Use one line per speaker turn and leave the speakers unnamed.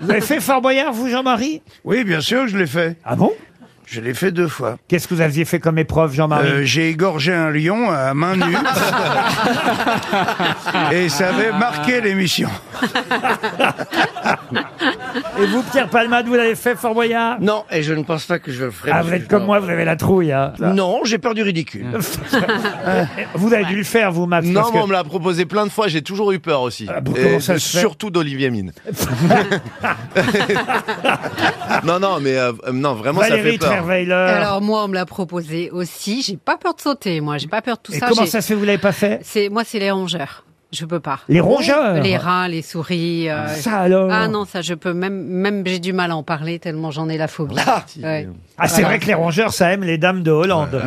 Vous avez fait Fort Boyard, vous, Jean-Marie
Oui, bien sûr que je l'ai fait.
Ah bon
Je l'ai fait deux fois.
Qu'est-ce que vous aviez fait comme épreuve, Jean-Marie
Euh, J'ai égorgé un lion à main nue. Et ça avait marqué l'émission.
Et vous, Pierre Palmade, vous l'avez fait Fort
Eh
Boyard
Non, et je ne pense pas que je le
ben,
ferai.
Ah,
parce
vous
que
êtes
je
comme
dois-
moi, vous avez la trouille. hein.
Non, j'ai peur du ridicule.
Vous avez dû le faire, vous, Max.
Non,
parce que-
mais on me l'a proposé plein de fois, j'ai toujours eu peur aussi.
Ah bon, comment ça se fait
surtout d'Olivier Mine. non, non, mais euh, non, vraiment, ça
Valérie
fait peur.
Trierweiler.
Alors moi, on me l'a proposé aussi. J'ai pas peur de sauter, moi. J'ai pas peur de tout
Et
ça.
comment
J'ai-
ça se fait, vous l'avez pas fait
C'est moi, c'est les rongeurs. Je peux pas.
Les rongeurs
Les rats, les souris. euh,
Ça oh. alors
Ah non, ça je peux même même j'ai du mal à en parler tellement j'en ai la phobie. Ouais.
Ah, c'est vrai que les rongeurs, ça aime les dames de Hollande.